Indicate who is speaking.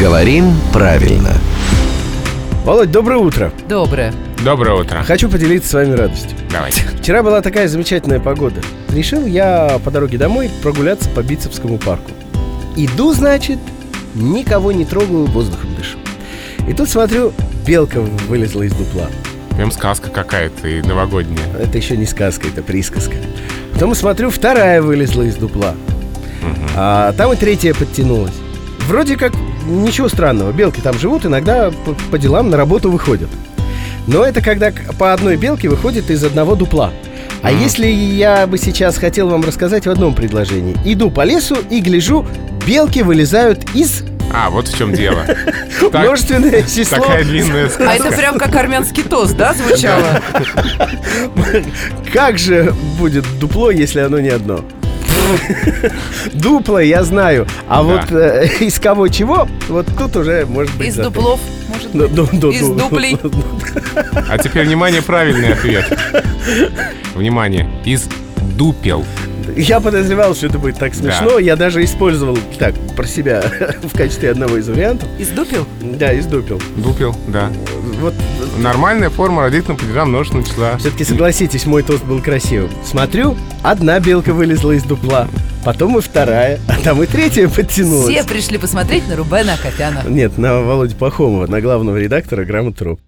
Speaker 1: Говорим правильно.
Speaker 2: Володь, доброе утро.
Speaker 3: Доброе.
Speaker 4: Доброе утро.
Speaker 2: Хочу поделиться с вами радостью.
Speaker 4: Давайте.
Speaker 2: Вчера была такая замечательная погода. Решил я по дороге домой прогуляться по Бицепскому парку. Иду, значит, никого не трогаю, воздухом дышу. И тут смотрю, белка вылезла из дупла.
Speaker 4: Прям сказка какая-то и новогодняя.
Speaker 2: Это еще не сказка, это присказка. Потом смотрю, вторая вылезла из дупла. А там и третья подтянулась. Вроде как ничего странного. Белки там живут, иногда по, по делам на работу выходят. Но это когда к- по одной белке выходит из одного дупла. А если я бы сейчас хотел вам рассказать в одном предложении. Иду по лесу и гляжу, белки вылезают из
Speaker 4: А, вот в чем дело. Так,
Speaker 2: множественное число.
Speaker 4: Такая длинная
Speaker 3: А это
Speaker 4: сказка.
Speaker 3: прям как армянский тост, да, звучало?
Speaker 2: Как же будет дупло, если оно не одно? Дупло, я знаю. А вот э, из кого чего, вот тут уже может быть...
Speaker 3: Из
Speaker 2: зато.
Speaker 3: дуплов, может
Speaker 2: Ну,
Speaker 3: быть?
Speaker 2: ду- ду-
Speaker 3: Из
Speaker 2: ду-
Speaker 3: дуплей.
Speaker 4: А теперь, внимание, правильный ответ. Внимание. Из дупел.
Speaker 2: Я подозревал, что это будет так смешно. Я даже использовал так про себя в качестве одного из вариантов.
Speaker 3: Из дупел?
Speaker 2: Да, из дупел.
Speaker 4: Дупел, да.
Speaker 2: Вот
Speaker 4: Нормальная форма родительного падежа множественного числа.
Speaker 2: все-таки согласитесь, мой тост был красивым. Смотрю, одна белка вылезла из дупла, потом и вторая, а там и третья подтянулась.
Speaker 3: Все пришли посмотреть на Рубена Акопяна.
Speaker 2: Нет, на Володю Пахомова, на главного редактора «Грамотру».